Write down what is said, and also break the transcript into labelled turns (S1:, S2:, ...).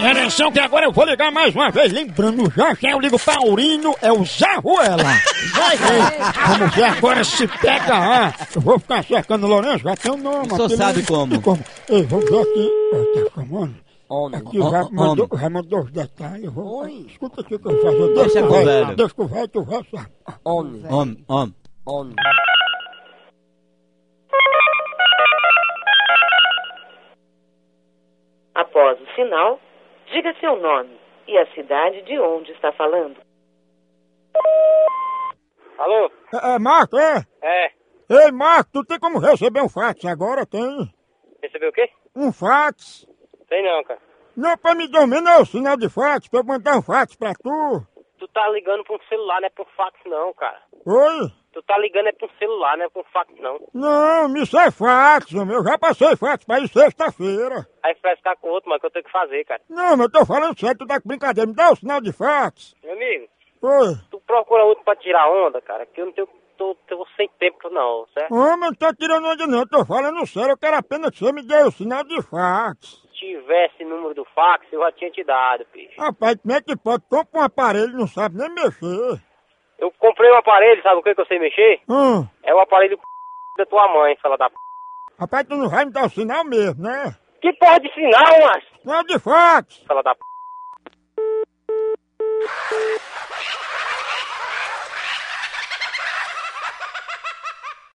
S1: E atenção que agora eu vou ligar mais uma vez, lembrando já quem eu ligo Paulinho é o Zé Ruela. Vai ver, vamos ver agora se pega lá. Eu vou ficar cercando o Lourenço, já tem o nome.
S2: O senhor
S1: apelido,
S2: sabe como.
S1: e Ei, vamos ver aqui, ó, tá chamando. Aqui
S2: Homem.
S1: já
S2: Homem.
S1: mandou, já mandou os detalhes. eu Vou, escuta aqui o que eu vou fazer.
S2: Deixa
S1: Deixa
S2: com
S1: o
S2: o velho.
S1: velho. Deixa com o velho, tu vai sabe.
S2: Homem, homem.
S3: Após o sinal, diga seu nome e a cidade de onde está falando.
S4: Alô?
S1: É, é, Marco, é?
S4: É.
S1: Ei, Marco, tu tem como receber um fax agora? Tem?
S4: Recebeu o quê?
S1: Um fax?
S4: Sei não, cara.
S1: Não, pra me dormir não, sinal de fax, pra eu mandar um fax pra tu.
S4: Tu tá ligando pra um celular, não é pra um fax não, cara.
S1: Oi?
S4: Tu tá ligando é pra um celular, não é pra um fax não.
S1: Não, me sai fax, homem. Eu já passei fax pra ir sexta-feira.
S4: Aí frescar com outro, mas o que eu tenho que fazer, cara?
S1: Não, mas eu tô falando sério, tu tá com brincadeira. Me dá o sinal de fax.
S4: Meu amigo,
S1: Oi.
S4: tu procura outro pra tirar onda, cara, que eu não tenho... Tô, tô sem tempo não, certo?
S1: Homem, eu não tô tirando onde não, eu tô falando sério. Eu quero apenas que você me dê o sinal de fax.
S4: Se tivesse número do fax, eu já tinha te dado, bicho.
S1: Rapaz, como é que pode? Compra um aparelho e não sabe nem mexer.
S4: Eu comprei um aparelho, sabe o que que eu sei mexer?
S1: Hum.
S4: É o aparelho p... da tua mãe, fala da p...
S1: Rapaz, tu não vai me dar o sinal mesmo, né?
S4: Que porra de sinal, macho?
S1: Sinal de fax.
S4: Fala da p...